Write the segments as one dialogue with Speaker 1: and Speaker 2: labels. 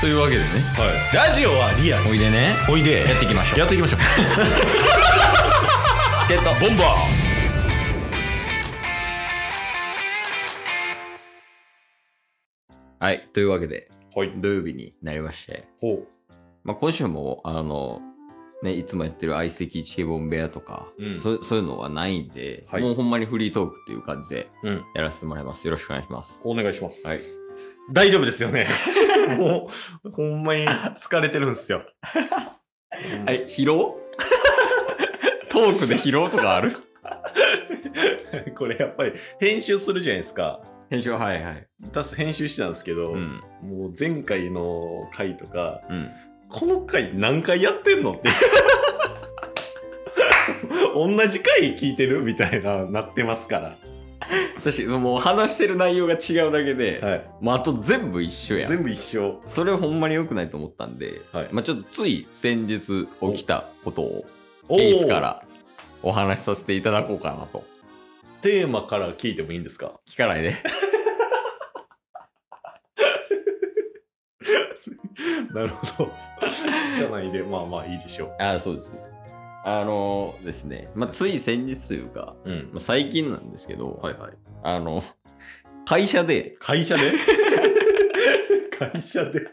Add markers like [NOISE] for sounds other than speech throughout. Speaker 1: というわけでね
Speaker 2: ラジオはリアル
Speaker 1: おいでね
Speaker 2: おいで
Speaker 1: やっていきましょう
Speaker 2: やってい
Speaker 1: [LAUGHS]
Speaker 2: きましょう
Speaker 1: チケットボンバーはいというわけで
Speaker 2: はい
Speaker 1: 土曜日になりまして、
Speaker 2: ほう
Speaker 1: まあ、今週もあのね、いつもやってる相席チケボンベアとか、
Speaker 2: うん
Speaker 1: そそういうのはないんで、
Speaker 2: はい
Speaker 1: もうほんまにフリートークっていう感じで
Speaker 2: うん
Speaker 1: やらせてもらいますよろしくお願いします
Speaker 2: お願いします
Speaker 1: はい
Speaker 2: 大丈夫ですよ [LAUGHS] ねもうほんまに疲れてるん [LAUGHS] ですよ
Speaker 1: い疲
Speaker 2: [LAUGHS]
Speaker 1: 労 [LAUGHS] トークで疲労とかある
Speaker 2: これやっぱり編集するじゃないですか
Speaker 1: 編集ははいはい
Speaker 2: 出す編集してたんですけど、
Speaker 1: うん
Speaker 2: もう前回の回とか
Speaker 1: うん
Speaker 2: この回何回やってんのって [LAUGHS] 同じ回聞いてるみたいななってますから
Speaker 1: 私もう話してる内容が違うだけで、
Speaker 2: はい
Speaker 1: まあ、あと全部一緒やん
Speaker 2: 全部一緒
Speaker 1: それほんまに良くないと思ったんで、
Speaker 2: はい
Speaker 1: まあ、ちょっとつい先日起きたことを
Speaker 2: おー
Speaker 1: ケースからお話しさせていただこうかなと
Speaker 2: テーマから聞いてもいいんですか
Speaker 1: 聞かないで
Speaker 2: なるほど聞かないでまあ [LAUGHS] まあいいでしょう
Speaker 1: ああそうですあのですね、まあ、つい先日というか、
Speaker 2: うん
Speaker 1: まあ、最近なんですけど、
Speaker 2: はいはい
Speaker 1: あの会社で
Speaker 2: 会社で [LAUGHS] 会社で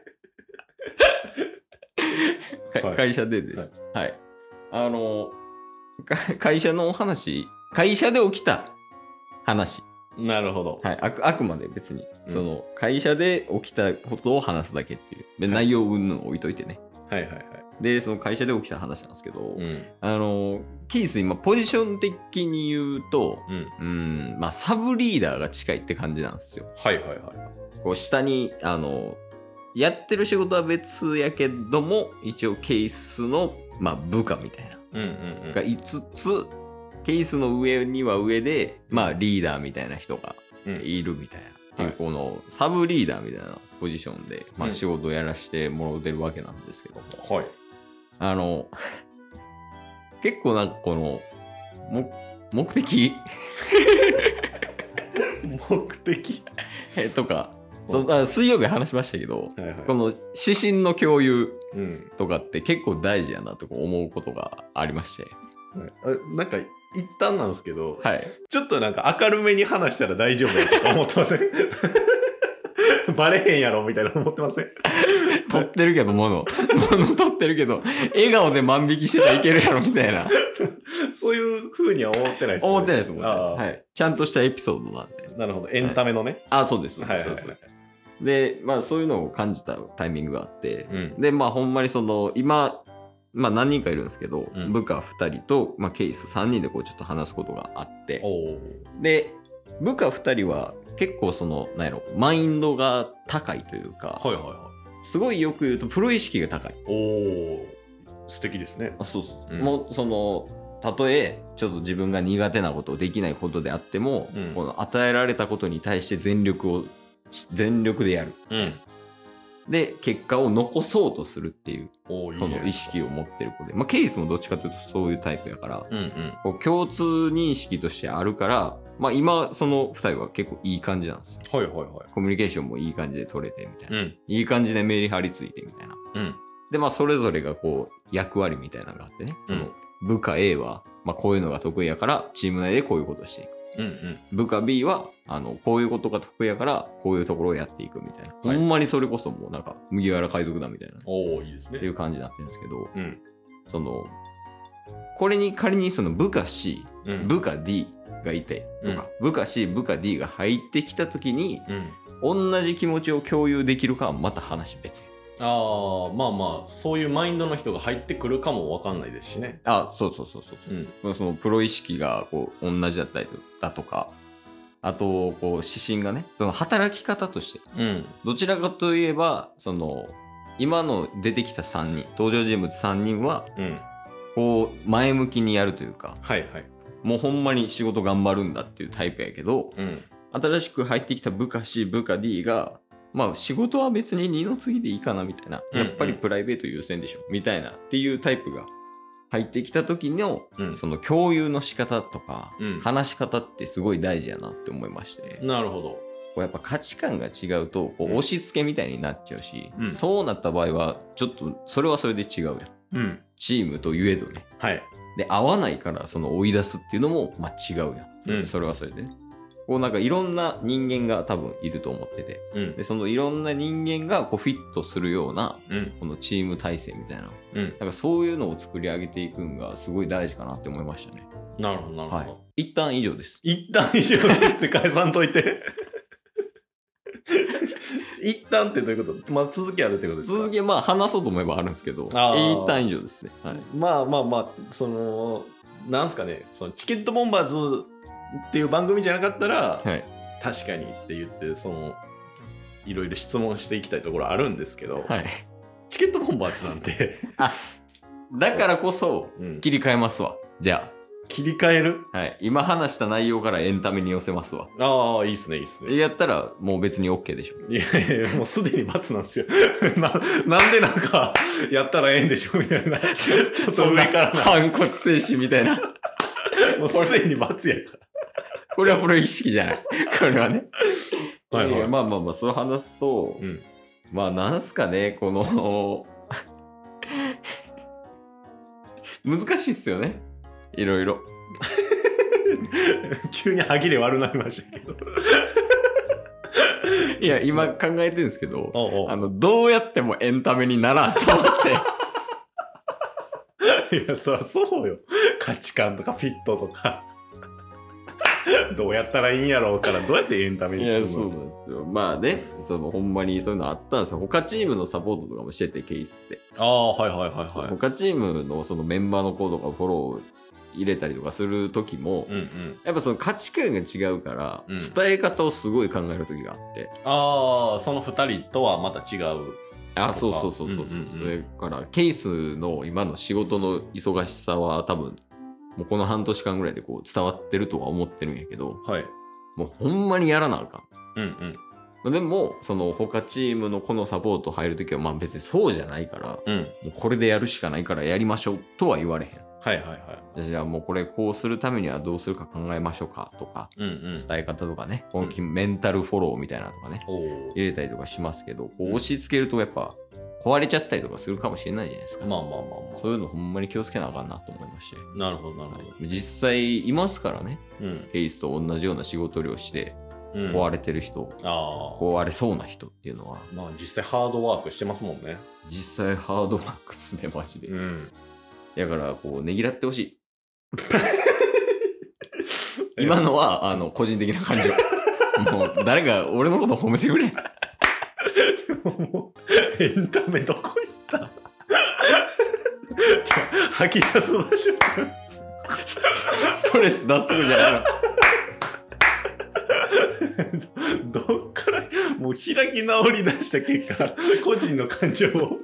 Speaker 2: はい
Speaker 1: 会社でですはい、あのか会社のお話会社で起きた話
Speaker 2: なるほど、
Speaker 1: はい、あくあくまで別に、
Speaker 2: うん
Speaker 1: その会社で起きたことを話すだけっていうで
Speaker 2: はい
Speaker 1: 内容云々置いといてね、
Speaker 2: はい、はいはい
Speaker 1: でその会社で起きた話なんですけど、
Speaker 2: うん
Speaker 1: あのケース今ポジション的に言うと
Speaker 2: うん
Speaker 1: うんまあサブリーダーが近いって感じなんですよ
Speaker 2: はいはいは
Speaker 1: こう下にあのやってる仕事は別やけども一応ケースの、まあ、部下みたいない
Speaker 2: うんうんうん
Speaker 1: が5つケースの上には上で、まあ、リーダーみたいな人が
Speaker 2: うん
Speaker 1: いるみたいな。っていう
Speaker 2: はい
Speaker 1: このサブリーダーみたいなポジションで、ま
Speaker 2: う
Speaker 1: あ、
Speaker 2: ん
Speaker 1: 仕事をやらせてもらってるわけなんですけども、
Speaker 2: はい
Speaker 1: あの結構なんかこのも目的 [LAUGHS]
Speaker 2: 目的
Speaker 1: とか
Speaker 2: う
Speaker 1: そ
Speaker 2: ん
Speaker 1: うあ水曜日話しましたけど
Speaker 2: はいはい
Speaker 1: この指針の共有
Speaker 2: うん
Speaker 1: とかって結構大事やなとこう思うことがありまして
Speaker 2: はいあなんか一旦なんですけど、
Speaker 1: はい
Speaker 2: ちょっとなんか明るめに話したら大丈夫だとか思ってません [LAUGHS] バレへんやろみたいな思ってません
Speaker 1: 撮ってるけど物物撮ってるけど笑顔で万引きしてたらいけるやろみたい
Speaker 2: [LAUGHS]
Speaker 1: な
Speaker 2: そういう風には思ってないですよね
Speaker 1: 思ってないですもんね、
Speaker 2: ああ
Speaker 1: はい、ちゃんとしたエピソードなんで
Speaker 2: なるほどエンタメのね、
Speaker 1: あ、そうです。そう
Speaker 2: はい
Speaker 1: で
Speaker 2: はい
Speaker 1: す。
Speaker 2: は
Speaker 1: そですそ
Speaker 2: いう
Speaker 1: うですで、まあそういうのを感じたタイミングがあって、
Speaker 2: うん
Speaker 1: で、まあほんまにその、今、まあ何人かいるんですけど、
Speaker 2: うん
Speaker 1: 部下2人と、まあケース3人でこうちょっと話すことがあって、
Speaker 2: おお
Speaker 1: で、部下2人は結構その、なんやろ、マインドが高いというか、
Speaker 2: はいはいは
Speaker 1: すごいよく言うとプロ意識が高い。
Speaker 2: いおお素敵ですね
Speaker 1: あそうそう。
Speaker 2: うん
Speaker 1: もうその、たとえちょっと自分が苦手なことできないことであっても、
Speaker 2: うん
Speaker 1: この与えられたことに対して全力をし全力でやる
Speaker 2: うん
Speaker 1: で結果を残そうとするっていう
Speaker 2: おおいい
Speaker 1: そ
Speaker 2: じゃ
Speaker 1: の
Speaker 2: ない
Speaker 1: 意識を持ってる子でまあ、ケースもどっちかというとそういうタイプやから
Speaker 2: うんうん
Speaker 1: こう共通認識としてあるから、まあ、今その2人は結構いい感じなんですよ
Speaker 2: はいはいはい
Speaker 1: コミュニケーションもいい感じで取れてみたいな、
Speaker 2: ん
Speaker 1: いい感じでメリハリついてみたいな
Speaker 2: うん
Speaker 1: でまあそれぞれがこう役割みたいなのがあってねその部下 A は、まあ、こういうのが得意やからチーム内でこういうことをしていく
Speaker 2: うんうん
Speaker 1: 部下 B はあのこういうことが得意やからこういうところをやっていくみたいな、
Speaker 2: はい
Speaker 1: ほんまにそれこそもうなんか麦わら海賊団みたいな
Speaker 2: おおいいです
Speaker 1: ってい
Speaker 2: ね
Speaker 1: う感じになってるんですけど、
Speaker 2: うん
Speaker 1: その、これに仮にその部下 C、
Speaker 2: うん
Speaker 1: 部下 D がいてとか、部下 C、部下 D が入ってきた時に、
Speaker 2: うん
Speaker 1: 同じ気持ちを共有できるかはまた話別。
Speaker 2: ああまあまあそういうマインドの人が入ってくるかもわかんないですしね
Speaker 1: あ、そうそうそうそうそうう、
Speaker 2: ん
Speaker 1: そのプロ意識がこう同じだったりだとか、あと、こう、指針がね、その働き方として、
Speaker 2: うん
Speaker 1: どちらかといえば、その、今の出てきた3人、登場人物3人は、
Speaker 2: うん
Speaker 1: こう、前向きにやるというか、
Speaker 2: はいはい
Speaker 1: もうほんまに仕事頑張るんだっていうタイプやけど、
Speaker 2: うん
Speaker 1: 新しく入ってきた部下 C、部下 D が、まあ仕事は別に二の次でいいかなみたいな、
Speaker 2: うんうん
Speaker 1: やっぱりプライベート優先でしょ、みたいなっていうタイプが入ってきた時の、
Speaker 2: うん
Speaker 1: その共有の仕方とか、
Speaker 2: うん
Speaker 1: 話し方ってすごい大事やなって思いまして、
Speaker 2: なるほど
Speaker 1: こうやっぱ価値観が違うとこ
Speaker 2: うん
Speaker 1: う押し付けみたいになっちゃうし、
Speaker 2: うん
Speaker 1: そうなった場合はちょっとそれはそれで違うよ
Speaker 2: うん。
Speaker 1: チームといえどね
Speaker 2: はい。
Speaker 1: で合わないからその追い出すっていうのも、まあ、違うやんそれ,、
Speaker 2: うん
Speaker 1: それはそれでねこうなんかいろんな人間が多分いると思ってて
Speaker 2: うん
Speaker 1: で。そのいろんな人間がこうフィットするような
Speaker 2: うん。
Speaker 1: このチーム体制みたいな
Speaker 2: うん。
Speaker 1: なんかそういうのを作り上げていくんがすごい大事かなって思いましたね
Speaker 2: なるほど、なるほ
Speaker 1: は
Speaker 2: ど。
Speaker 1: い一旦以上です
Speaker 2: 一旦以上ですって解散といて。 [LAUGHS] 一旦ってどういうことまあ続きあるってことですか
Speaker 1: 続きはまあ話そうと思えばあるんですけど
Speaker 2: あー
Speaker 1: 一旦以上ですねはい
Speaker 2: まあまあまあ、その、なんすかね、そのチケットボンバーズっていう番組じゃなかったら、
Speaker 1: はい
Speaker 2: 確かにって言って、その、いろいろ質問していきたいところあるんですけど、
Speaker 1: はい
Speaker 2: チケットボンバーズなんて、
Speaker 1: だからこそ
Speaker 2: [LAUGHS] うん
Speaker 1: 切り替えますわじゃ
Speaker 2: 切り替える
Speaker 1: あ、はい、今話した内容からエンタメに寄せますわ
Speaker 2: ああ、いいっすね、いいっすね。
Speaker 1: やったらもう別に OK でしょ
Speaker 2: いやいや、もうすでに罰なんですよ。 [LAUGHS] な、なんでなんか、やったらええんでしょみたいな。ちょっと上からな。
Speaker 1: 反骨精神みたいな
Speaker 2: もうすでに罰やか
Speaker 1: これはプロ意識じゃないこれはね
Speaker 2: ら。はいはい。
Speaker 1: まあまあまあそれ話すと、
Speaker 2: うん [LAUGHS]
Speaker 1: まあなんすかねこの難しいっすよねいろいろ
Speaker 2: 急に歯切れ悪なりましたけど。
Speaker 1: いや今考えてるんですけど、
Speaker 2: おうおう
Speaker 1: あの、どうやってもエンタメにならんと
Speaker 2: [LAUGHS]
Speaker 1: 思って。
Speaker 2: いや、そりゃそうよ。価値観とかフィットとか。どうやったらいいんやろうから、どうやってエンタメに
Speaker 1: い
Speaker 2: する
Speaker 1: や、
Speaker 2: の
Speaker 1: そうなんですよ。まあね、その、ほんまにそういうのあったんですよ。他チームのサポートとかもしてて、ケースって。
Speaker 2: ああ、はいはいはいはい。
Speaker 1: 他チームのそのメンバーの子とかフォロー入れたりとかする時も、
Speaker 2: うんうん。
Speaker 1: やっぱその価値観が違うから、
Speaker 2: うん
Speaker 1: 伝え方をすごい考える時があって。
Speaker 2: ああ、その二人とはまた違う。
Speaker 1: あ、そうそうそうそうそう。
Speaker 2: うんうんうん
Speaker 1: それから、ケースの今の仕事の忙しさは多分、もうこの半年間ぐらいでこう伝わってるとは思ってるんやけど、
Speaker 2: はい。
Speaker 1: もうほんまにやらなあかん。
Speaker 2: うんうん。
Speaker 1: まあでも、その他チームのこのサポート入るときは、まあ別にそうじゃないから、も
Speaker 2: うん。
Speaker 1: うこれでやるしかないからやりましょうとは言われへ
Speaker 2: はいはいはい。
Speaker 1: ん。じゃあもうこれこうするためにはどうするか考えましょうかとか、
Speaker 2: うんうん。
Speaker 1: 伝え方とかね、このメンタルフォローみたいなのとかね、
Speaker 2: おお。
Speaker 1: 入れたりとかしますけど、こう押し付けるとやっぱ壊れちゃったりとかするかもしれないじゃないですか。
Speaker 2: まあまあまあま
Speaker 1: そういうのほんまに気をつけなあかんなと思いまして。
Speaker 2: あ。なるほどなる
Speaker 1: は
Speaker 2: ほど。
Speaker 1: い実際いますからね、
Speaker 2: うん。
Speaker 1: ケイスと同じような仕事量して
Speaker 2: うん、
Speaker 1: 壊れてる人、
Speaker 2: ああ。
Speaker 1: 壊れそうな人っていうのは、
Speaker 2: まあ実際ハードワークしてますもんね。
Speaker 1: 実際ハードマックスでマジで。 [LAUGHS]
Speaker 2: ん。
Speaker 1: だから、こう、ねぎらってほし [LAUGHS] い。今のは、あの、個人的な [LAUGHS] 感情。もう、誰か俺のこと褒めてくれ。
Speaker 2: もうエンタメどこ行った [LAUGHS] ちょ吐き出す場所
Speaker 1: ストレス出すとこじゃないの。
Speaker 2: [LAUGHS] どっからもう開き直り出した結果個人の感情を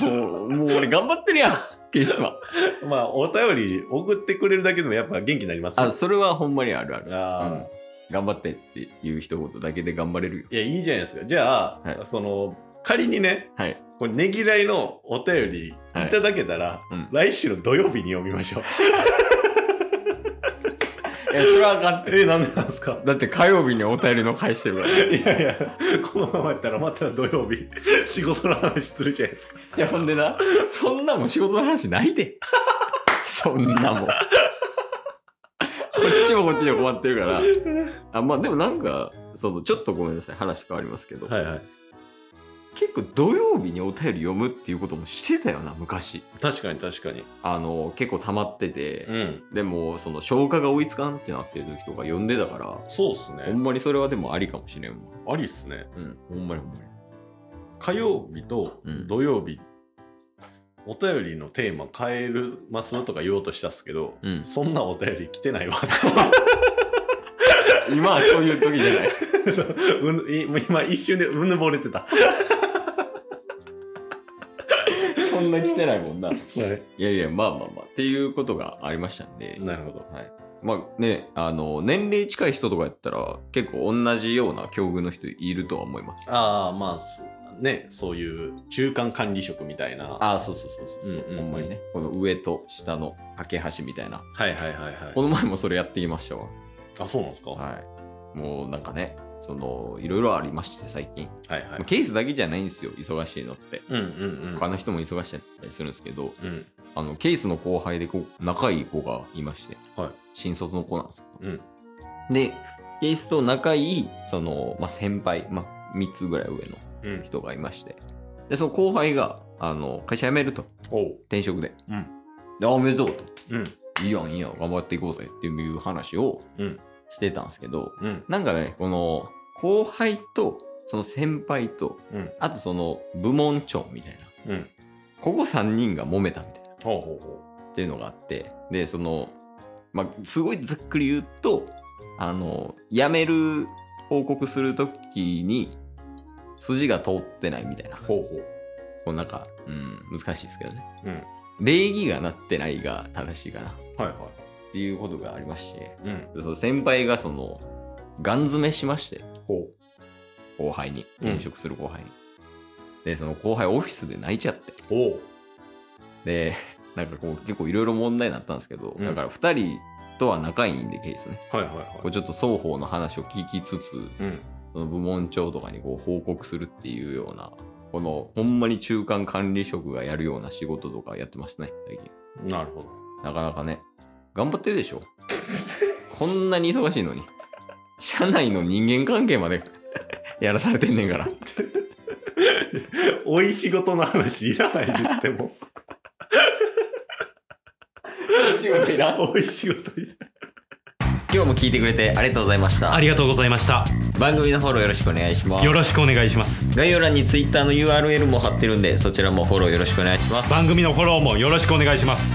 Speaker 1: もう、もう俺頑張ってるやん、ケイスは。
Speaker 2: [LAUGHS] まあお便り送ってくれるだけでもやっぱ元気になります
Speaker 1: あ、それはほんまにあるある。
Speaker 2: あー
Speaker 1: うん頑張ってっていう一言だけで頑張れるよ。
Speaker 2: いやいいじゃないですかじゃあ、
Speaker 1: はい
Speaker 2: その仮にね
Speaker 1: はい。
Speaker 2: これねぎらいのお便りいただけたら、
Speaker 1: うん。
Speaker 2: 来週の土曜日に読みま
Speaker 1: [LAUGHS]
Speaker 2: しょう
Speaker 1: いや、それはあかんって。
Speaker 2: えなんでなんですか
Speaker 1: だって火曜日にお便りの返してるから。
Speaker 2: [LAUGHS] いやいやこのままやったらまた土曜日 [LAUGHS] 仕事の話するじゃないですか
Speaker 1: じゃあほんでな、そんなもん仕事の話ない
Speaker 2: [LAUGHS]
Speaker 1: で。そんなもん。こっちもこっちで困ってるから。あ、まあでもなんか、その、ちょっとごめんなさい。話変わりますけど。
Speaker 2: はいはい
Speaker 1: 結構土曜日にお便り読むっていうこともしてたよな、昔。
Speaker 2: 確かに確かに
Speaker 1: あの、結構溜まってて。
Speaker 2: ん
Speaker 1: でも、その、消化が追いつかんってなってる時とか読んでたから、
Speaker 2: そうっす
Speaker 1: ほ
Speaker 2: ね
Speaker 1: んまにそれはでもありかもしれんわ。
Speaker 2: ありっすね
Speaker 1: うん、ほんまにほんまに。
Speaker 2: 火曜日と
Speaker 1: うん
Speaker 2: 土曜日、お便りのテーマ変えるますとか言おうとしたっすけど、
Speaker 1: うん
Speaker 2: そんなお便り来てないわ [LAUGHS]
Speaker 1: 今はそういう時じゃない。
Speaker 2: うぬい今一瞬でうぬぼれてた、は
Speaker 1: [LAUGHS] そんな来てないもん [LAUGHS] な。い
Speaker 2: い、
Speaker 1: やいや、まあまあまあ。っていうことがありましたんで。
Speaker 2: なるほど
Speaker 1: はい、まあねあの年齢近い人とかやったら結構同じような境遇の人いるとは思います
Speaker 2: ああまあすねそういう中間管理職みたいな
Speaker 1: ああそうそうそうそうそう、
Speaker 2: うんうんうん
Speaker 1: ほんまにねこの上と下の架け橋みたいな
Speaker 2: はいはいはいはい
Speaker 1: この前もそれやってきましたわ
Speaker 2: あそうなんですか、
Speaker 1: はいもうなんかねそのいろいろありまして最近、
Speaker 2: はいは
Speaker 1: まあ
Speaker 2: い。
Speaker 1: ケースだけじゃないんですよ忙しいのって
Speaker 2: うんうん
Speaker 1: 他の人も忙しかったりするんですけど
Speaker 2: うん。うん。
Speaker 1: あのケースの後輩でこう仲いい子がいまして、
Speaker 2: はい
Speaker 1: 新卒の子なんです
Speaker 2: うん。
Speaker 1: でケースと仲いいその、まあ、先輩、まあ、3つぐらい上の
Speaker 2: うん。
Speaker 1: 人がいましてでその後輩があの会社辞めると
Speaker 2: おう。
Speaker 1: 転職で
Speaker 2: うん。
Speaker 1: であおめでとうと
Speaker 2: うん。
Speaker 1: いいやんいいやん頑張っていこうぜっていう話を
Speaker 2: うん。
Speaker 1: してたんですけど
Speaker 2: うん。
Speaker 1: なんかねこの後輩とその先輩と
Speaker 2: うん。
Speaker 1: あとその部門長みたいな
Speaker 2: うん。
Speaker 1: ここ3人が揉めたみたいな
Speaker 2: ほうほうほ
Speaker 1: っていうのがあってでそのまあすごいざっくり言うとあの辞める報告する時に筋が通ってないみたいな
Speaker 2: う。
Speaker 1: こ
Speaker 2: ほうほう。
Speaker 1: うなんか、うん、難しいですけどね
Speaker 2: うん。はい
Speaker 1: 礼儀がなってないが正しいかなっ
Speaker 2: は
Speaker 1: ていうことがありまして
Speaker 2: い。うん。
Speaker 1: でその先輩がそのガン詰めしまして
Speaker 2: ほ
Speaker 1: 後輩に
Speaker 2: うん
Speaker 1: 転職する後輩に、でその後輩オフィスで泣いちゃって
Speaker 2: う。おう。
Speaker 1: で [LAUGHS] なんかこう結構いろいろ問題になったんですけど、
Speaker 2: うん
Speaker 1: だから2人とは仲いいんでケースね
Speaker 2: はいはいは
Speaker 1: こうちょっと双方の話を聞きつつ
Speaker 2: い。うん。
Speaker 1: その部門長とかにこう報告するっていうようなこのほんまに中間管理職がやるような仕事とかやってますね最近
Speaker 2: なるほど。
Speaker 1: なかなかね頑張ってるでしょこんなに忙しいのに社内の人間関係まで [LAUGHS] やらされてんねんから
Speaker 2: おい仕事の話いらないですっても
Speaker 1: 仕事いらん
Speaker 2: う。おい仕事いらない。
Speaker 1: 今日も聞いてくれてありがとうございました
Speaker 3: ありがとうございました。
Speaker 1: 番組のフォローよろしくお願いします
Speaker 3: よろしくお願いします。
Speaker 1: 概要欄に Twitter の URL も貼ってるんでそちらもフォローよろしくお願いします
Speaker 3: 番組のフォローもよろしくお願いします。